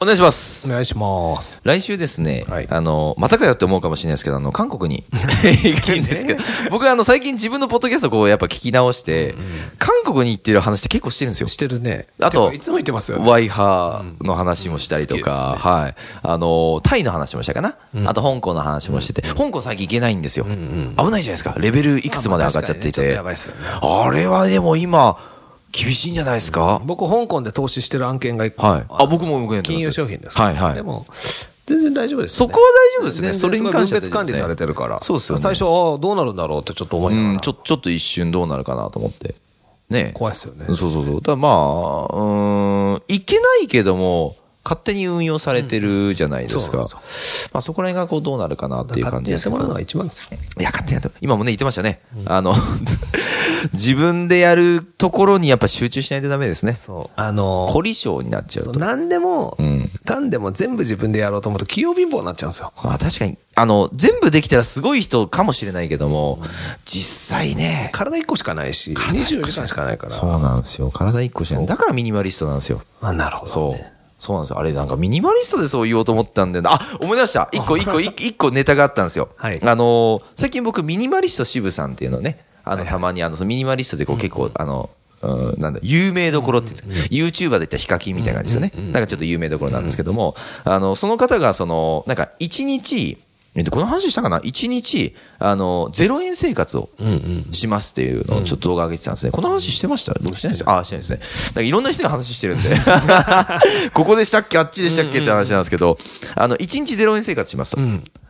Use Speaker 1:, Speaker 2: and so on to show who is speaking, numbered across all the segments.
Speaker 1: お願いします
Speaker 2: お。願いします。
Speaker 1: 来週ですね、
Speaker 2: はい
Speaker 1: あの、またかよって思うかもしれないですけど、あの、韓 国に行くんですけど、僕あの、最近自分のポッドキャストをこう、やっぱ聞き直して、韓国に行ってる話って結構してるんですよ。
Speaker 2: してるね。
Speaker 1: あと
Speaker 2: てかいつも言ってますよね。
Speaker 1: ワイハーの話もしたりとか、はい。あの、タイの話もしたかな、あと香港の話もしてて、香港最近行けないんですよ、危ないじゃないですか。レベルいくつまで上がっちゃっていて。
Speaker 2: まあまあ確かにねちょっとや
Speaker 1: あれはでも今、厳しいんじゃないですか、
Speaker 2: 僕、香港で投資してる案件が一個
Speaker 1: はい。あ、僕も僕やってます
Speaker 2: 金融商品です。
Speaker 1: はいはい
Speaker 2: で。も、全然大丈夫です
Speaker 1: そ
Speaker 2: ね。
Speaker 1: こは大丈夫ですね。
Speaker 2: 全然
Speaker 1: それに関しては
Speaker 2: 分
Speaker 1: 大
Speaker 2: 別
Speaker 1: 丈夫
Speaker 2: 管
Speaker 1: ですね
Speaker 2: 理されてるから。
Speaker 1: そうですよね
Speaker 2: 最初、ああ、どうなるんだろうってちょっと思いなが
Speaker 1: う
Speaker 2: ら
Speaker 1: ん、ちょ、ちょっと一瞬どうなるかなと思って。ね
Speaker 2: 怖いっすよね
Speaker 1: そうそうそう。ただまあ、うーん、いけないけども、勝手に運用されてるじゃないですか。
Speaker 2: うんそ
Speaker 1: まあそこら辺がこうどうなるかなっていう
Speaker 2: 勝
Speaker 1: 感
Speaker 2: 手に
Speaker 1: じで
Speaker 2: やっ
Speaker 1: す
Speaker 2: て
Speaker 1: け
Speaker 2: もらうの
Speaker 1: ど。
Speaker 2: が一番ですよ。
Speaker 1: いや、勝手にやっても、今もね、言ってましたね。あの、 自分でやるところにやっぱ集中しないとダメですね。
Speaker 2: そう。あのー、
Speaker 1: 凝り性になっちゃう
Speaker 2: そ
Speaker 1: と
Speaker 2: う。何でも
Speaker 1: ん、
Speaker 2: かんでも全部自分でやろうと思うと、器用貧乏になっちゃうんですよ。
Speaker 1: まあ確かに、あの、全部できたらすごい人かもしれないけども、実際ね、
Speaker 2: 体一個しかないし、24時間しかないから。
Speaker 1: そうなんですよ。体一個じゃない。だからミニマリストなんですよ。
Speaker 2: あ、なるほど
Speaker 1: そ
Speaker 2: ね。
Speaker 1: う。そうなんですよ。あれ、なんかミニマリストでそう言おうと思ったんで、あ、思い出した一個一個一個一個ネタがあったんですよ。
Speaker 2: はい
Speaker 1: あのー最近僕、ミニマリスト渋さんっていうのをね、あの、たまに、あの、そのミニマリストでこう結構、あの、うんなんだ、有名どころって言うんですか、YouTuber で言ったらヒカキンみたいな感じですよね。なんかちょっと有名どころなんですけども、あの、その方が、その、なんか、一日、えっとこの話したかな一日、あの、0円生活をしますっていうのをちょっと動画上げてたんですね。この話してました僕してないですよああ、してないですね。だからいろんな人が話してるんで。 ここでしたっけあっちでしたっけって話なんですけど、あの、1日0円生活しますと。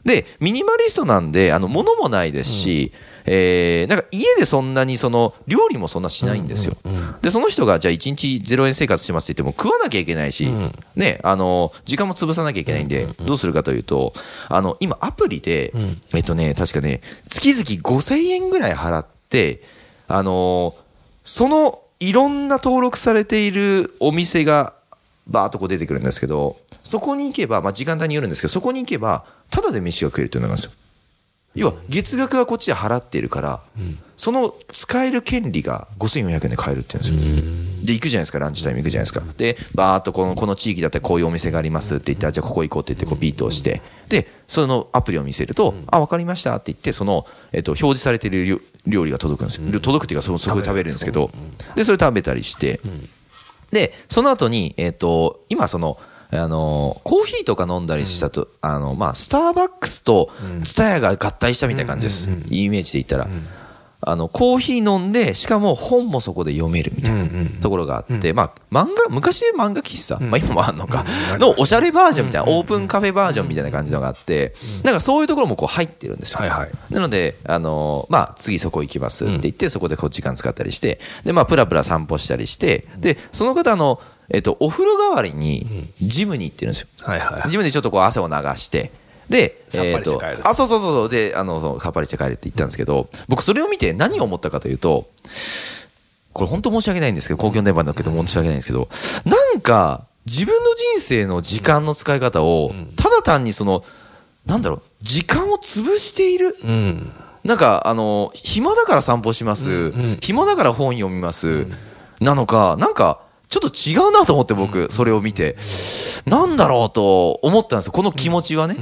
Speaker 1: で、ミニマリストなんで、あの、物もないですし、えーなんか家でそんなにその料理もそんなしないんですよ。で、その人がじゃあ1日0円生活しますって言っても食わなきゃいけないし、ね、あの、時間も潰さなきゃいけないんで、どうするかというと、あの、今アプリで、えっとね、確かね、月々5000円ぐらい払って、あの、そのいろんな登録されているお店がバーっとこう出てくるんですけど、そこに行けば、まあ、時間帯によるんですけど、そこに行けば、ただで飯が食えるというのがあるんですよ。要は、月額はこっちで払っているから、その使える権利が5400円で買えるって言うんですよ。で、行くじゃないですか、ランチタイム行くじゃないですか。で、バーっとこの、この地域だったらこういうお店がありますって言って、あじゃあここ行こうって言って、こうビートをして、で、そのアプリを見せると、あ、わかりましたって言って、その、えっと、表示されている料料理が届くんですよ。届くっていうか、そのそこで食べるんですけど、で、それ食べたりして、で、その後に、えっ、と、今その、あの、コーヒーとか飲んだりしたと、あの、まあ、スターバックスとツタヤが合体したみたいな感じです。イメージで言ったら。あの、コーヒー飲んで、しかも本もそこで読めるみたいなところがあって、まあ、漫画、昔で漫画喫茶、まあ今もあんのか、のおしゃれバージョンみたいな、オープンカフェバージョンみたいな感じのがあって、なんかそういうところもこう入ってるんですよ。
Speaker 2: はいはい
Speaker 1: なので、あのーまあ、次そこ行きますって言って、そこでこう時間使ったりして、で、まあ、プラプラ散歩したりして、で、その方、あの、えっと、お風呂代わりに、ジムに行ってるんですよ。
Speaker 2: はいはいはい。
Speaker 1: ジムでちょっとこう汗を流して、で、
Speaker 2: さっぱりして帰る
Speaker 1: えーとあ、そうそうそうそう、で、あの、そうさっぱりして帰るって言ったんですけど、僕それを見て何を思ったかというと、これ本当申し訳ないんですけど、公共の電波だけど申し訳ないんですけど、なんか、自分の人生の時間の使い方を、ただ単にその、なんだろう、時間を潰している。
Speaker 2: うん。
Speaker 1: なんか、あの、暇だから散歩します。暇だから本読みます。なのか、なんか、ちょっと違うなと思って僕、それを見て。なんだろうと思ったんですよ。この気持ちはね。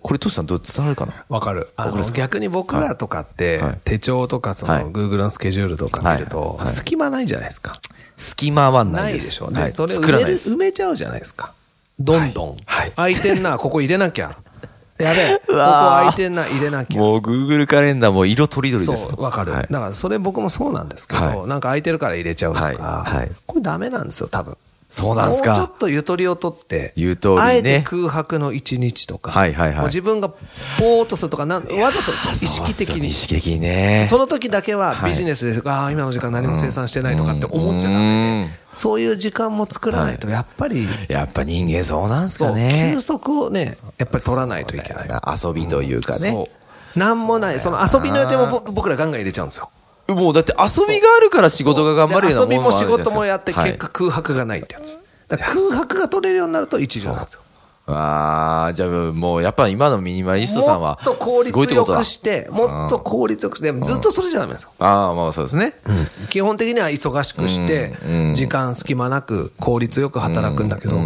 Speaker 1: これ、トシさんどう伝わるかな
Speaker 2: わかる。あ
Speaker 1: わか
Speaker 2: の
Speaker 1: る
Speaker 2: 逆に僕らとかって、
Speaker 1: はい
Speaker 2: 手帳とかその
Speaker 1: はい
Speaker 2: Google のスケジュールとか見ると、
Speaker 1: はいはい
Speaker 2: 隙間ないじゃないですか。
Speaker 1: 隙間はな
Speaker 2: ないい
Speaker 1: で。
Speaker 2: ですしょ。で、
Speaker 1: はい
Speaker 2: それ埋
Speaker 1: 作ら
Speaker 2: め
Speaker 1: ない
Speaker 2: る
Speaker 1: です
Speaker 2: 埋。めちゃうじゃないですか。どんどん。
Speaker 1: はい
Speaker 2: 空いてんな、ここ入れなきゃ。やべえ、ここ
Speaker 1: わー
Speaker 2: 空いてんな、入れなきゃ。
Speaker 1: もう、Google カレンダーも色とりどりです
Speaker 2: そ
Speaker 1: もん。
Speaker 2: う、わかる。
Speaker 1: はい
Speaker 2: だからそれ僕もそうなんですけど、
Speaker 1: はい
Speaker 2: なんか空いてるから入れちゃうとか、
Speaker 1: はいはい
Speaker 2: これダメなんですよ、多分。
Speaker 1: そうなんですか
Speaker 2: もうちょっとゆとりを取って、
Speaker 1: ゆとりね
Speaker 2: あえて空白の一日とか、
Speaker 1: はいはいはい
Speaker 2: もう自分がぽーっとするとかなん、わざとそう意識的
Speaker 1: そうそう
Speaker 2: に
Speaker 1: 意。識的にね。
Speaker 2: その時だけはビジネスで、ああ、今の時間何も生産してないとかって思っちゃダメで、そういう時間も作らないと、やっぱり、
Speaker 1: やっぱ人間そうなんす
Speaker 2: そ
Speaker 1: か
Speaker 2: う、
Speaker 1: ね
Speaker 2: 休。息をね、やっぱり取らないといけない。
Speaker 1: 遊びというかね。
Speaker 2: そう。なんもない。その遊びの予定もぼ僕らガンガン入れちゃうんですよ。
Speaker 1: もうだって遊びがあるから仕事が頑張るような
Speaker 2: で遊び
Speaker 1: もん
Speaker 2: も
Speaker 1: あるじ
Speaker 2: 仕
Speaker 1: ゃないです
Speaker 2: 事
Speaker 1: か
Speaker 2: もやって、
Speaker 1: はい
Speaker 2: 結果空白がないってやつ。だから空白が取れるようになると一流なんですよ。
Speaker 1: ああ、じゃあもうやっぱ今のミニマリストさん
Speaker 2: も
Speaker 1: は
Speaker 2: っと効
Speaker 1: すごいってこ
Speaker 2: 率よ
Speaker 1: とだ
Speaker 2: く。して、もっと効率よくして、ずっとそれじゃダメなんですよ。
Speaker 1: ああ、まあそうですね。
Speaker 2: 基本的には忙しくして、時間隙間なく効率よく働くんだけど、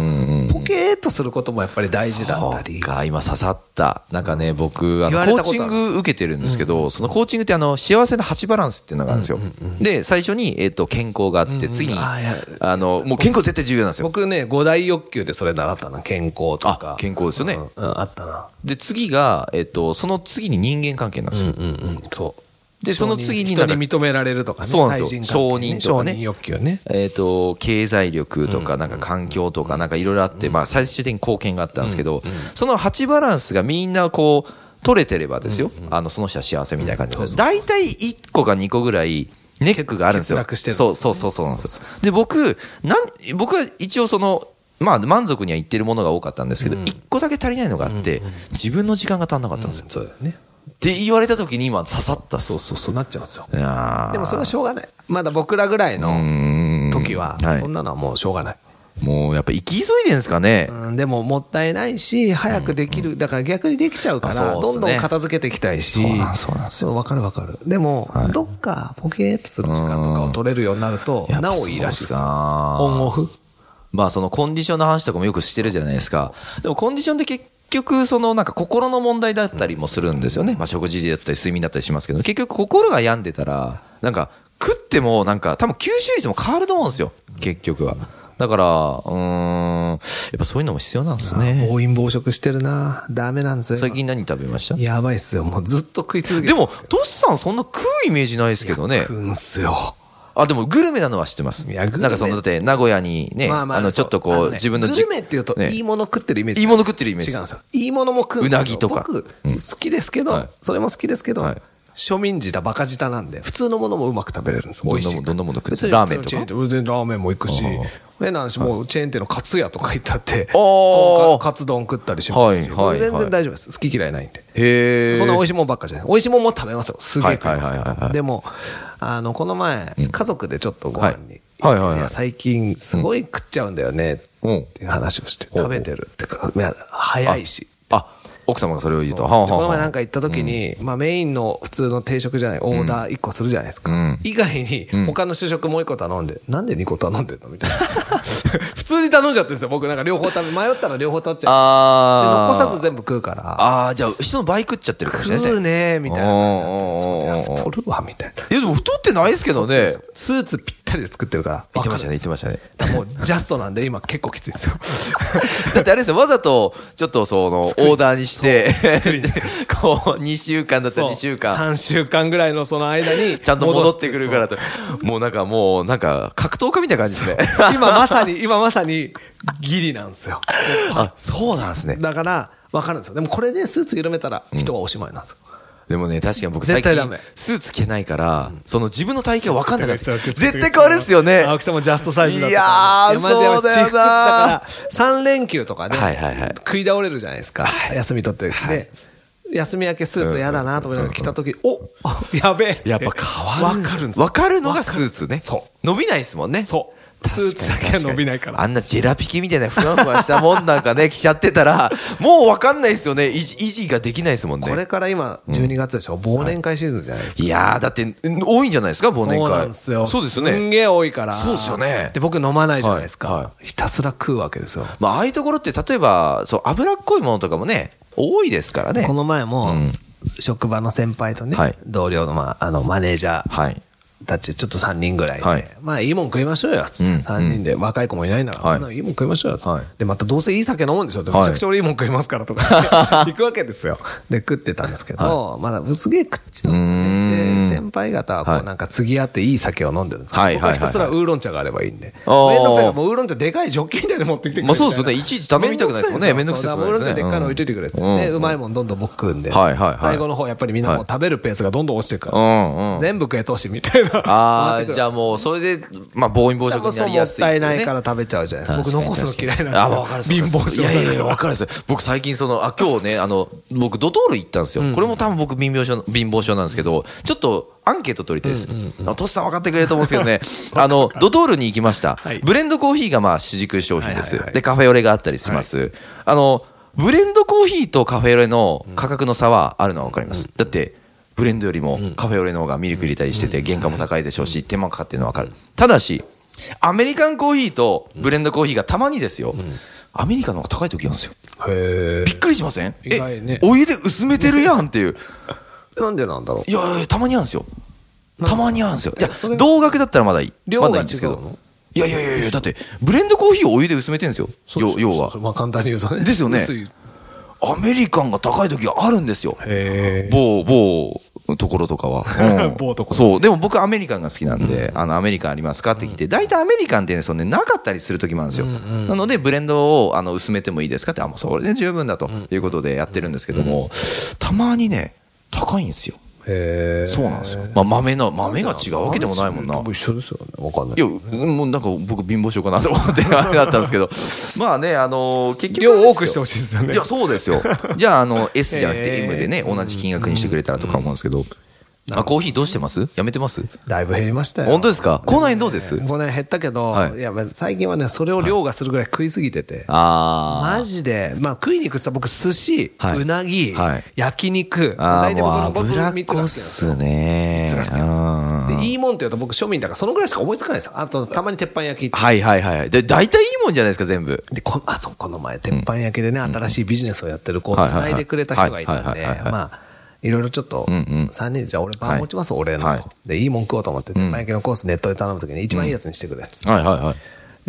Speaker 2: ポケーっとすることもやっぱり大事だった
Speaker 1: そう
Speaker 2: り。
Speaker 1: か、今刺さった。なんかね、僕、あ
Speaker 2: 言
Speaker 1: の、
Speaker 2: われ
Speaker 1: コー
Speaker 2: たこと
Speaker 1: チング受けてるんですけど、そのコーチングってあの、幸せの8バランスっていうのがあるんですよ。で、最初に、えっと、健康があって、次に、
Speaker 2: あいや
Speaker 1: あの、もう健康絶対重要なんですよ。
Speaker 2: 僕ね、五大欲求でそれ習ったな。健康と
Speaker 1: あ
Speaker 2: か、。
Speaker 1: 健康ですよね。
Speaker 2: うん、うんあったな。
Speaker 1: で、次が、えっと、その次に人間関係なんですよ。
Speaker 2: うんうん、そう。
Speaker 1: でその次に
Speaker 2: 人
Speaker 1: な
Speaker 2: に
Speaker 1: ん
Speaker 2: 認められるとかね。
Speaker 1: そうなんですよ
Speaker 2: 対人関係ね
Speaker 1: 承認とかね
Speaker 2: 承認欲求ね。
Speaker 1: えっ、と、経済力とか、なんか環境とか、なんかいろいろあって、まあ最終的に貢献があったんですけど、その8バランスがみんなこう、取れてればですよ、あの、その人は幸せみたいな感じなんです。大体1個か2個ぐらい、ネックがあるんですよ。
Speaker 2: 欠落してるんです
Speaker 1: そ
Speaker 2: よ
Speaker 1: う
Speaker 2: ね
Speaker 1: そうそうそうなんですよ。で、僕、なん、僕は一応その、まあ満足にはいってるものが多かったんですけど、1個だけ足りないのがあって、自分の時間が足んなかったんですよ。
Speaker 2: そうだよね。
Speaker 1: って言われた時に今刺さったっす。
Speaker 2: そうそう、そうなっちゃうんですよ。
Speaker 1: いやー
Speaker 2: でもそれはしょうがない。まだ僕らぐらいの時は
Speaker 1: うんはい、
Speaker 2: そんなのはもうしょうがない。
Speaker 1: もうやっぱ生き急いでんですかね。
Speaker 2: うん、でももったいないし、早くできる、だから逆にできちゃうから、
Speaker 1: あそうっすね
Speaker 2: どんどん片付けていきたいし、
Speaker 1: そうなんそうなんです
Speaker 2: そうわかるわかる。でも、どっかポケーっとする時間とかを取れるようになると、なおいいらしいです。
Speaker 1: やっ
Speaker 2: オ
Speaker 1: ぱそうっすか
Speaker 2: ンオフ
Speaker 1: まあそのコンディションの話とかもよくしてるじゃないですか。でもコンディションって結局そのなんか心の問題だったりもするんですよね。まあ食事だったり睡眠だったりしますけど、結局心が病んでたら、なんか食ってもなんか多分吸収率も変わると思うんですよ。結局は。だから、うーん、やっぱそういうのも必要なんですね。
Speaker 2: 暴飲暴食してるなダメなんですよ。
Speaker 1: 最近何食べました
Speaker 2: やばいっすよ。もうずっと食い続け
Speaker 1: で
Speaker 2: て
Speaker 1: も、トシさんそんな食うイメージないですけどね。
Speaker 2: 食うんすよ。
Speaker 1: あ、でもグルメなのは知ってます。
Speaker 2: い
Speaker 1: な
Speaker 2: や
Speaker 1: ん
Speaker 2: グルメ
Speaker 1: かその、だって名古屋にね、あの、ちょっと
Speaker 2: そ
Speaker 1: こ
Speaker 2: あ
Speaker 1: う、
Speaker 2: ね
Speaker 1: 自分の
Speaker 2: グ
Speaker 1: じ
Speaker 2: ルメっていうと、
Speaker 1: ね
Speaker 2: いいもの食ってるイメージ。
Speaker 1: いいもの食ってるイメージ
Speaker 2: 違うんですよ。いいものも食うんですけど
Speaker 1: うなぎとか
Speaker 2: 僕、
Speaker 1: うん
Speaker 2: 好きですけど、
Speaker 1: はい
Speaker 2: それも好きですけど、
Speaker 1: はい
Speaker 2: 庶民舌、バカ舌なんで、普通のものもうまく食べれるんですよ。
Speaker 1: どんなもん
Speaker 2: 美味しいから。
Speaker 1: どんなもの食って
Speaker 2: 別に
Speaker 1: ラーメンとか
Speaker 2: 普通のチェーン店ラーメンも行くし、変な話、もうチェーン店のカツ屋とか行ったって、
Speaker 1: おー
Speaker 2: とんかカツ丼食ったりしますし、
Speaker 1: はいはいはい
Speaker 2: 全然大丈夫です。好き嫌いないんで。
Speaker 1: へえ。
Speaker 2: そんな美味しいもんばっかじゃない。美味しいもんも食べますよ。すげえ食べ
Speaker 1: はいはいはいはい
Speaker 2: ます
Speaker 1: は
Speaker 2: よ
Speaker 1: い
Speaker 2: でも、あの、この前、家族でちょっとご飯に行って、
Speaker 1: はいはいはいはい
Speaker 2: いや最近すごい食っちゃうんだよね、
Speaker 1: うん
Speaker 2: っていう話をして、
Speaker 1: ほうほ
Speaker 2: 食
Speaker 1: う
Speaker 2: べてるってか、いや早いし。
Speaker 1: あ、奥様がそれを言うと。
Speaker 2: で
Speaker 1: はあはあ
Speaker 2: この前
Speaker 1: は
Speaker 2: な
Speaker 1: あ
Speaker 2: んか行った時に、まあメインの普通の定食じゃない、オーダー1個するじゃないですか。
Speaker 1: ん
Speaker 2: 以外に、他の主食もう1個頼んで、なんで2個頼んでんのみたいな。 普通に頼んじゃってるんですよ、僕なんか両方食べ、迷ったら両方取っちゃう。で
Speaker 1: あー
Speaker 2: 残さず全部食うから。
Speaker 1: あー、じゃあ、人の倍食っちゃってるかもしれない
Speaker 2: 食う
Speaker 1: ね。
Speaker 2: ねみたいな
Speaker 1: おーおーおーおー
Speaker 2: 感じで。取るわ、みたいな。
Speaker 1: いや、でも太ってないですけどね。
Speaker 2: スーツぴったりで作ってるから。
Speaker 1: 言ってましたね、言ってましたね。
Speaker 2: だからもうジャストなんで今結構きついです よ。
Speaker 1: だってあれですよ、わざと、ちょっとその、オーダーにして、 こう、2週間だったら2週間、
Speaker 2: 3週間ぐらいのその間に。
Speaker 1: ちゃんと戻ってくるから
Speaker 2: と。
Speaker 1: と。もうなんかもう、なんか、格闘家みたいな感じですね。
Speaker 2: そう今まさに、今まさにギリなんですよ。
Speaker 1: あ、そうなんですね。
Speaker 2: だから、わかるんですよ。でもこれでスーツ緩めたら人はおしまいなんですよ。
Speaker 1: でもね、確かに僕最
Speaker 2: 絶
Speaker 1: 近
Speaker 2: 対ダメ、
Speaker 1: スーツ着ないから、その自分の体型わかんなかった。
Speaker 2: 作ってくれ
Speaker 1: 絶対変わるっすよね。
Speaker 2: 青木さんもジャストサイズだった
Speaker 1: いやー
Speaker 2: マジで
Speaker 1: そうだよな
Speaker 2: 私服だから、3連休とかね、
Speaker 1: はいはいはい
Speaker 2: 食い倒れるじゃないですか。休み取って。で、休み明けスーツ嫌だなと思いながら着た時、おやべえ
Speaker 1: やっぱ変わる。
Speaker 2: わかるんですよ
Speaker 1: わかるのがスーツね。
Speaker 2: そ
Speaker 1: 伸びないですもんね。
Speaker 2: そう
Speaker 1: 確かに
Speaker 2: スーツだけは伸びないか
Speaker 1: 確
Speaker 2: ら
Speaker 1: にあんなジェラピキみたいなふわふわしたもんなんかね、着ちゃってたら、 もうわかんないですよね。維持維持ができないですもんね。
Speaker 2: これから今、12月でしょ、忘年会シーズンじゃないですか。
Speaker 1: いやー、だって、多いんじゃないですか、忘年会。
Speaker 2: そうなんですよ。
Speaker 1: そうですよ
Speaker 2: ん
Speaker 1: ね。
Speaker 2: げえ多いから。
Speaker 1: そうですよね
Speaker 2: で、僕飲まないじゃないです
Speaker 1: はいは
Speaker 2: か。ひたすら食うわけですよ。
Speaker 1: まあ、ああいうところって、例えば、そう、脂っこいものとかもね、多いですからね。
Speaker 2: この前
Speaker 1: う
Speaker 2: も
Speaker 1: ん、
Speaker 2: 職場の先輩とね
Speaker 1: はい、
Speaker 2: 同僚の、まあ、あの、マネージャー。
Speaker 1: はい。
Speaker 2: たちちょっと3人ぐらいで、
Speaker 1: はい
Speaker 2: まあいいもん食いましょうよっつって、
Speaker 1: うん
Speaker 2: 3人で、若い子もいないなら、
Speaker 1: はい
Speaker 2: い、いいもん食いましょうよっつって、
Speaker 1: はい
Speaker 2: でまたどうせいい酒飲むんでしょって、
Speaker 1: はい
Speaker 2: めちゃくちゃ俺いいもん食いますから とか、行くわけですよで食ってたんですけど、まだすげえ食っちゃうんですよ
Speaker 1: うー
Speaker 2: ね
Speaker 1: ん
Speaker 2: で先輩方はこ
Speaker 1: は
Speaker 2: う
Speaker 1: い
Speaker 2: なんか継ぎ合っていい酒を飲んでるんですけど、
Speaker 1: はいはいはいはい
Speaker 2: 僕はひたすらウーロン茶があればいいんで。
Speaker 1: あー
Speaker 2: めんどくさいからもうウーロン茶でかいジョッキみたいなの持ってきてくれ
Speaker 1: まあそうですよねいちいち頼みたくないですもんね
Speaker 2: ウー
Speaker 1: めん
Speaker 2: ロ
Speaker 1: ど
Speaker 2: ン
Speaker 1: くさ
Speaker 2: 茶
Speaker 1: いですよね
Speaker 2: でっかいの置いといてくれっつって、
Speaker 1: うん
Speaker 2: でうまいもんどんどん僕食うんで、
Speaker 1: はいはいはい
Speaker 2: 最後の方やっぱりみんなもう食べるペースがどんどん落ちてくか
Speaker 1: う
Speaker 2: ら、
Speaker 1: んうん。
Speaker 2: 全部食えとしみたいな。
Speaker 1: ああ、じゃ
Speaker 2: あ、
Speaker 1: あもう、それで、まあ、暴飲暴食になり
Speaker 2: も
Speaker 1: や
Speaker 2: っ
Speaker 1: すいったてう
Speaker 2: い
Speaker 1: ね。
Speaker 2: ないから食べちゃうじゃないですか。
Speaker 1: 確かに
Speaker 2: 僕残すの嫌いなんですよ。
Speaker 1: あ、わかる。
Speaker 2: 貧乏症
Speaker 1: い
Speaker 2: な
Speaker 1: や
Speaker 2: ん
Speaker 1: い
Speaker 2: で
Speaker 1: やいや、わかるです。僕最近その、あ、今日ね、あの、僕ドトール行ったんですよ。これも多分僕貧乏症、貧乏症なんですけど、ちょっとアンケート取りたいです。あのトシさん分かってくれると思うんですけど ね、あの、ドトールに行きました
Speaker 2: い。
Speaker 1: ブレンドコーヒーがまあ主軸商品で
Speaker 2: はい
Speaker 1: す
Speaker 2: はいは。い
Speaker 1: で、カフェオレがあったりします。あの、ブレンドコーヒーとカフェオレの価格の差はあるのはわかります。だって、ブレンドよりもカフェオレの方がミルク入れたりしてて、原価も高いでしょうし、手間かかってるのはわかる。ただし、アメリカンコーヒーとブレンドコーヒーがたまにですよ、アメリカの方が高い時あるんですよ。
Speaker 2: へ
Speaker 1: びっくりしません
Speaker 2: 意外ね
Speaker 1: え、お湯で薄めてるやんって いう。
Speaker 2: え。なんでなんだろう
Speaker 1: い。やいや、たまにあるんですよ。たまにあるんですよ。いや
Speaker 2: それ、は
Speaker 1: 同額だったらまだいい。
Speaker 2: 量が
Speaker 1: まだいいんですけ
Speaker 2: 違う
Speaker 1: ど
Speaker 2: の。
Speaker 1: いやいやいやいや、だって、ブレンドコーヒーをお湯で薄めてるんですよ。よ要は。
Speaker 2: まあ簡単に言うとね。
Speaker 1: ですよね
Speaker 2: 薄い
Speaker 1: アメリカンが高い時があるんですよ。
Speaker 2: へー
Speaker 1: 某、某ところとかは。 うん
Speaker 2: 某ところ
Speaker 1: そう。でも僕アメリカンが好きなんで、あの、アメリカンありますかって来て、大体アメリカンってね、そのね、なかったりする時もあるんですよ。なので、ブレンドを、あの、薄めてもいいですかって、あ、もうそれで十分だということでやってるんですけども、たまにね、高いんですよ。
Speaker 2: へー
Speaker 1: そうなんですよ。まあ、豆の、豆が違うわけでもないもんな。
Speaker 2: 多分一緒ですよね。わかんない
Speaker 1: いや、。もうなんか僕貧乏症かなと思ってあれだったんです けど。まあね、あのー結局あれで
Speaker 2: 量
Speaker 1: すよ。
Speaker 2: 多くしてほしいですよね。
Speaker 1: いや、そう ですよ。じゃあ、あの、S じゃなく
Speaker 2: え
Speaker 1: て
Speaker 2: ー
Speaker 1: M でね、同じ金額にしてくれたらとか思うんですけど。あ、コーヒーどうしてますやめてます
Speaker 2: だいぶ減りましたよ。
Speaker 1: 本当ですか口内炎どうです
Speaker 2: 5年減ったけど、、
Speaker 1: はいい
Speaker 2: や、まあ最近はね、それを凌駕するぐらい食いすぎてて。
Speaker 1: あ
Speaker 2: マジで、まあ、食いに行くって言ったら僕、寿司、
Speaker 1: はいう
Speaker 2: なぎ、
Speaker 1: はい
Speaker 2: 焼肉、
Speaker 1: ー。あー
Speaker 2: 大体
Speaker 1: もう
Speaker 2: 僕の僕の
Speaker 1: 脂
Speaker 2: 3
Speaker 1: っ
Speaker 2: つが好き
Speaker 1: こ
Speaker 2: なん
Speaker 1: っ
Speaker 2: ですよ。
Speaker 1: すね。
Speaker 2: 三つが好きなん
Speaker 1: うん
Speaker 2: で、いいもんって言うと僕、庶民だから、そのぐらいしか思いつかないですよ。あと、たまに鉄板焼きって。
Speaker 1: はいはいはい。で、大体いいもんじゃないですか、全部。
Speaker 2: でこあそうこの前、鉄板焼きでね、新しいビジネスをやってる子を
Speaker 1: はい
Speaker 2: つ
Speaker 1: はいはい
Speaker 2: ないでくれた人がいたん
Speaker 1: はい
Speaker 2: で、
Speaker 1: はいはいはい
Speaker 2: まあ、いろいろちょっと、
Speaker 1: うんうん
Speaker 2: 3人で、じゃあ俺、バー持ちます、俺の
Speaker 1: はい
Speaker 2: と。で、いいもん食おうと思って、鉄板焼きのコースネットで頼むときに、一番いいやつにしてくれっつって。
Speaker 1: はいはいはい。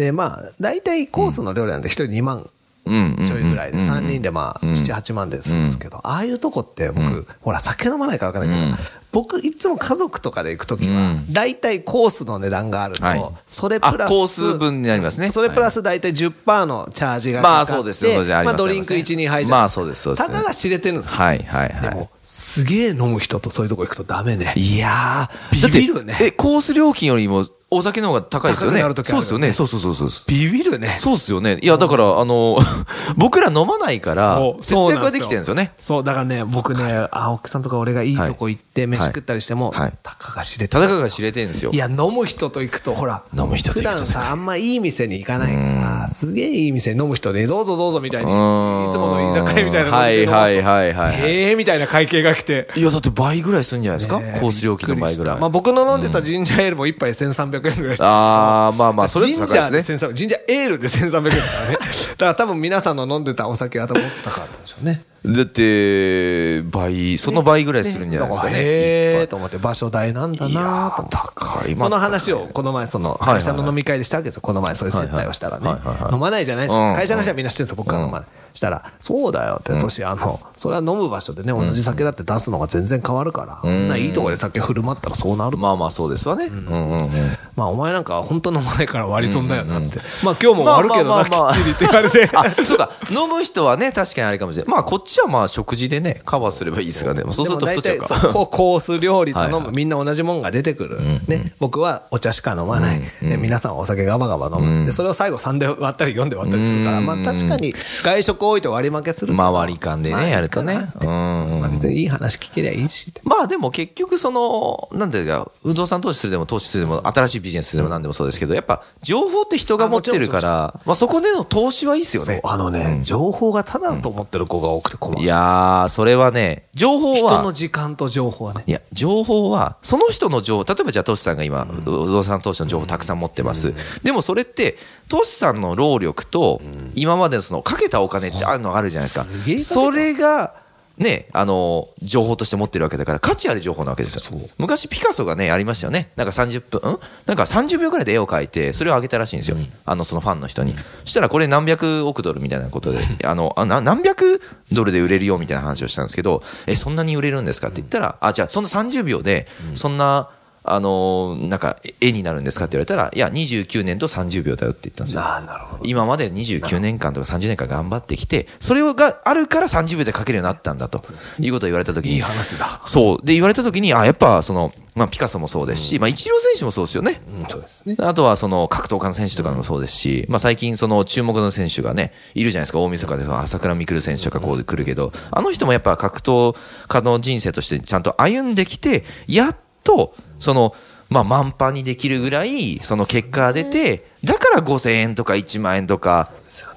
Speaker 2: で、まあ、大体コースの料理なんで、1人2万
Speaker 1: うんうん。
Speaker 2: ちょいぐらいで、3人でまあ、
Speaker 1: うん
Speaker 2: 7、8万でするんですけど、ああいうとこって僕、ほら、酒飲まないから分かんないけど、僕、いつも家族とかで行くときは、大体コースの値段がある
Speaker 1: はい
Speaker 2: と、それプラ
Speaker 1: あ
Speaker 2: ス、
Speaker 1: コース分になりますね
Speaker 2: それプラス大体10%のチャージがかか
Speaker 1: ま
Speaker 2: っ
Speaker 1: あ
Speaker 2: て
Speaker 1: そうですよそうですよあり
Speaker 2: ま
Speaker 1: ます
Speaker 2: あ、ドリンク
Speaker 1: あります
Speaker 2: 1、2杯じゃん
Speaker 1: まあそうですそうです
Speaker 2: たかが知れてるんですよ。
Speaker 1: はいはい
Speaker 2: で
Speaker 1: はい
Speaker 2: も。、すげえ飲む人とそういうとこ行くとダメね。
Speaker 1: いやー、
Speaker 2: ビビるね
Speaker 1: だってえ、コース料金よりもお酒の方が高いですよね。
Speaker 2: 高くなる時ある
Speaker 1: そう
Speaker 2: よね
Speaker 1: ですよね。そうそうそうそうです。
Speaker 2: ビビるね。
Speaker 1: そうですよね。いや、だから、あの、 僕ら飲まないから、節約
Speaker 2: な
Speaker 1: が
Speaker 2: んす
Speaker 1: で
Speaker 2: よ
Speaker 1: きてるんですよね。
Speaker 2: そう、だからね、僕ね、青木さんとか俺がいいとこ行って、飯食ったりしても、
Speaker 1: はいはい
Speaker 2: たかが知れて
Speaker 1: た
Speaker 2: る
Speaker 1: だかが知れてるんですよ。
Speaker 2: いや、飲む人と行くと、ほら、
Speaker 1: 飲む人と行くと
Speaker 2: 普段さ、あんまいい店に行かないから、すげえいい店に飲む人ね、どうぞどうぞみたいに、いつ
Speaker 1: うーん
Speaker 2: もの居酒屋みたいな
Speaker 1: は
Speaker 2: 飲み
Speaker 1: い
Speaker 2: 会の
Speaker 1: はいはいはい。はい
Speaker 2: へえみたいな会計が来て。
Speaker 1: いや、だって倍ぐらいするんじゃないですか、
Speaker 2: ねえ
Speaker 1: コース料金の倍ぐらい。
Speaker 2: まあ僕の飲んでたジンジャーエールも一杯1300円ぐらいして
Speaker 1: あーまあまあそれ
Speaker 2: ジ
Speaker 1: だ
Speaker 2: ン
Speaker 1: と
Speaker 2: ジャ
Speaker 1: 高
Speaker 2: ー
Speaker 1: い
Speaker 2: で
Speaker 1: です
Speaker 2: 1300ジンジャーエールで1300円だからね。だから多分皆さんの飲んでたお酒は多分もっと高かったんでしょうね。
Speaker 1: だって、倍、その倍ぐらいするんじゃないですかね。
Speaker 2: へ
Speaker 1: いっぱ
Speaker 2: えと思って、場所代なんだ
Speaker 1: いいや
Speaker 2: なと思
Speaker 1: ー、
Speaker 2: って。
Speaker 1: 高い。まあ
Speaker 2: その話をこの前、その
Speaker 1: いはい
Speaker 2: 会社の飲み会でしたわけですよ、この前、そういう接待をしたらね
Speaker 1: はいはいは、い
Speaker 2: 飲まないじゃないです
Speaker 1: う
Speaker 2: か、
Speaker 1: ん
Speaker 2: 会社の人はみんな知ってるんですよ、僕から飲まない。したら、そうだよって、年、あの、それは飲む場所でね、同じ酒だって出すのが全然変わるから、こんないいとこで酒振る舞ったらそうなる。
Speaker 1: まあまあ、そうですわね。うんうんうん。
Speaker 2: まあ、お前なんか本当飲まないから割りとんだよなって、まあ、今日も
Speaker 1: まあ
Speaker 2: 割るけどな、き
Speaker 1: まあまあま
Speaker 2: っ
Speaker 1: あ
Speaker 2: ちりって言われて、
Speaker 1: あ、そうか。飲む人はね、確かにあれかもしれない。まあ、こっちはまあ、食事でね、カバーすればいいですからね。まあそうすると太っちゃう
Speaker 2: でも大体そ
Speaker 1: か。
Speaker 2: こコース料理頼む、
Speaker 1: はいはい
Speaker 2: みんな同じもんが出てくる、ね、僕はお茶しか飲まない、で皆さんはお酒ガバガバ飲む、でそれを最後3で割ったり4で割ったりするから、まあ、確かに外食多いと割り負けするから
Speaker 1: 周り感でね、やるとね。うんうん
Speaker 2: まあ、別にいい話聞けりゃいいしって
Speaker 1: まあでも結局その、なんていうか、不動産投資するでも投資するでも、新しいビジネスするでも何でもそうですけど、やっぱ情報って人が持ってるから、まあそこでの投資はいいですよね。
Speaker 2: あのね、情報がただだと思ってる子が多くて困
Speaker 1: い
Speaker 2: る
Speaker 1: やー、それはね、情報
Speaker 2: 人の
Speaker 1: は、
Speaker 2: 時間と情報はね
Speaker 1: いや、情報は、その人の情報、例えばじゃあ投資さんが今、不動産投資の情報たくさん持ってます。でもそれって、投資さんの労力と、今までのそのかけたお金ってあるのがあるじゃないですか
Speaker 2: げえかけ。た
Speaker 1: それが、ね、あの、情報として持ってるわけだから、価値ある情報なわけですよ。昔ピカソがね、ありましたよね。なんか30分、んなんか30秒ぐらいで絵を描いて、それをあげたらしいんですよ。あの、そのファンの人に。そしたらこれ何百億ドルみたいなことで、あの、あな何百ドルで売れるよみたいな話をしたんですけど、え、そんなに売れるんですかって言ったら、あ、じゃあそんな30秒で、そんな、あのなんか、絵になるんですかって言われたら、いや、29年と30秒だよって言ったんですよ。
Speaker 2: ああ、なるほど。
Speaker 1: 今まで29年間とか30年間頑張ってきて、それがあるから30秒で書けるようになったんだということを言われたとき
Speaker 2: いい
Speaker 1: に、
Speaker 2: 話だ。
Speaker 1: そう。で、言われたときに、あ、やっぱ、その、まあ、ピカソもそうですし、まあ、イチロー選手もそうですよね。
Speaker 2: うん、そうですね。
Speaker 1: あとは、その、格闘家の選手とかもそうですし、まあ、最近、その、注目の選手がね、いるじゃないですか。大晦日で、その、朝倉未来選手とかこう来るけど、あの人もやっぱ格闘家の人生としてちゃんと歩んできて、やっと、その、まあ、満帆にできるぐらい、その結果が出て、だから5000円とか1万円とか、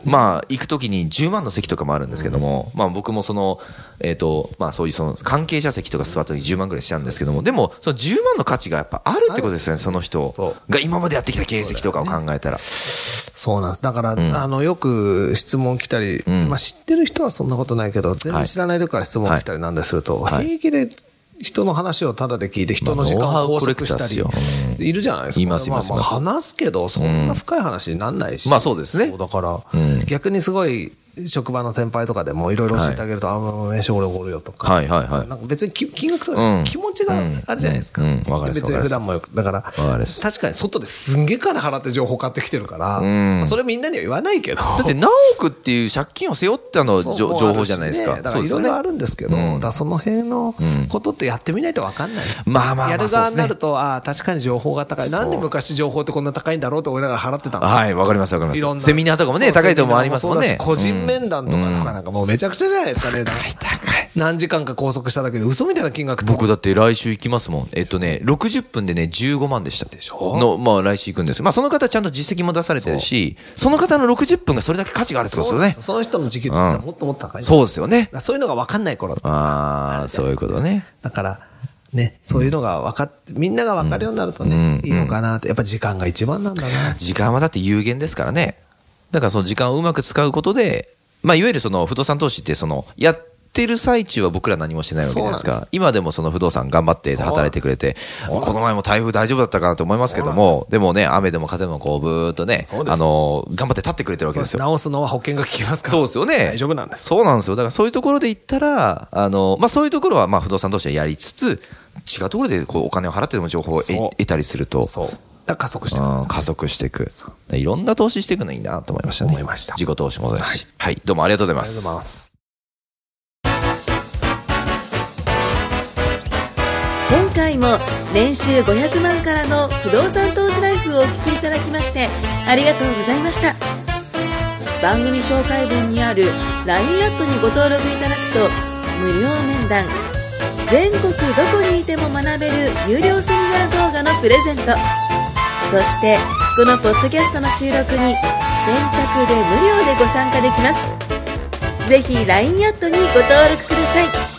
Speaker 1: まあ、行くときに10万の席とかもあるんですけども、まあ、僕もその、えっ、と、まあ、そういうその関係者席とか座ったとき10万ぐらいしちゃうんですけども、でも、その10万の価値がやっぱあるってことですよね、その人
Speaker 2: そう
Speaker 1: が今までやってきた形跡とかを考えたら。
Speaker 2: そうなんです。だから、あの、よく質問来たり、
Speaker 1: ん
Speaker 2: まあ知ってる人はそんなことないけど、全
Speaker 1: は
Speaker 2: 然
Speaker 1: い
Speaker 2: 知らないとこから質問来たりなんですると、
Speaker 1: はい
Speaker 2: 平気で人の話をタダで聞いて、人の時
Speaker 1: まあノウハ
Speaker 2: 間
Speaker 1: ウ
Speaker 2: を拘
Speaker 1: コレク
Speaker 2: 束
Speaker 1: ター
Speaker 2: し
Speaker 1: ですよ
Speaker 2: たり、いるじゃないですか。
Speaker 1: いますいます
Speaker 2: ああ
Speaker 1: います
Speaker 2: 話すけど、そんな深い話になんないし。
Speaker 1: まあそうですね
Speaker 2: そうだから、逆にすごい、職場の先輩とかでもいろいろ教えてあげると、あ、もう名刺俺おごるよとか。
Speaker 1: はいはいはい
Speaker 2: なんか別にき金額とかじゃ
Speaker 1: う
Speaker 2: な
Speaker 1: ん
Speaker 2: くて気持ちがあるじゃないですか。
Speaker 1: うんうんわかります
Speaker 2: 別に普段もよく。だから、
Speaker 1: かります
Speaker 2: 確かに外ですんげえ金払って情報買ってきてるから、
Speaker 1: ん
Speaker 2: まあそれみんなには言わないけど。
Speaker 1: だって、何億っていう借金を背負ったのじょ
Speaker 2: そう
Speaker 1: 情報じゃないです
Speaker 2: もうあ
Speaker 1: か。
Speaker 2: るしねだからいろいろあるんですけど、
Speaker 1: うん
Speaker 2: だからその辺のことってやってみないと分かんない。
Speaker 1: まあまあまあ
Speaker 2: や
Speaker 1: そう
Speaker 2: る
Speaker 1: で
Speaker 2: 側
Speaker 1: す
Speaker 2: に
Speaker 1: ね
Speaker 2: なると、ああ、確かに情報が高い。なんで昔情報ってこんな高いんだろうと思いながら払ってたんです
Speaker 1: はい、わかりますわかり
Speaker 2: いろ
Speaker 1: ま
Speaker 2: んな
Speaker 1: す。セミナーとかもね、
Speaker 2: そう
Speaker 1: 高いとこもありますもん
Speaker 2: セ
Speaker 1: ね。
Speaker 2: ミナーもそうだし個人面談とかなんかなんかもうめちゃくちゃじゃないですかね。高い高い。何時間か拘束しただけで嘘みたいな金額と
Speaker 1: 僕だって来週行きますもん。えっとね、60分でね、15万でした。でし
Speaker 2: ょ
Speaker 1: の、まあ来週行くんです。まあその方ちゃんと実績も出されてるし、その方の60分がそれだけ価値があるってこと
Speaker 2: そう
Speaker 1: で
Speaker 2: で
Speaker 1: よ
Speaker 2: すす
Speaker 1: ね。
Speaker 2: その人の時給って言ったらもっともっと高いんですよ
Speaker 1: そうですよね
Speaker 2: だか。らそういうのが分かんない頃
Speaker 1: ああ、そういうことね。
Speaker 2: だから、ね、そういうのが分かって、みんなが分かるようになるとね、いいのかなって、やっぱ時間が一番なんだな。
Speaker 1: 時間はだって有限ですからね。だからその時間をうまく使うことで、まあいわゆるその不動産投資ってその、やってる最中は僕ら何もしてないわけじゃないです
Speaker 2: そうなん
Speaker 1: か。今でもその不動産頑張って働いてくれて、この前も台風大丈夫だったかなと思いますけども、でもね、雨でも風でもこうブーっとね、
Speaker 2: そうです
Speaker 1: あの、頑張って立ってくれてるわけですよ。
Speaker 2: 直すのは保険が効きますから。
Speaker 1: そうですよね。
Speaker 2: 大丈夫なんです。
Speaker 1: そうなんですよ。だからそういうところで言ったら、あの、まあそういうところはまあ不動産投資はやりつつ、違うところでこうお金を払ってでも情報を得
Speaker 2: そう
Speaker 1: 得たりすると、
Speaker 2: そう。だから加速してくだ
Speaker 1: う
Speaker 2: さ
Speaker 1: ん加速していく。いろんな投資していくのいいなと思いましたね。
Speaker 2: 思いました
Speaker 1: 自己投資もそうだし。はい、どうもありがとうございま
Speaker 2: ありがとうございます。
Speaker 3: 今回も年収500万からの不動産投資ライフをお聞きいただきましてありがとうございました番組紹介文にある LINE アップにご登録いただくと無料面談全国どこにいても学べる有料セミナー動画のプレゼントそしてこのポッドキャストの収録に先着で無料でご参加できますぜひ LINE アットにご登録ください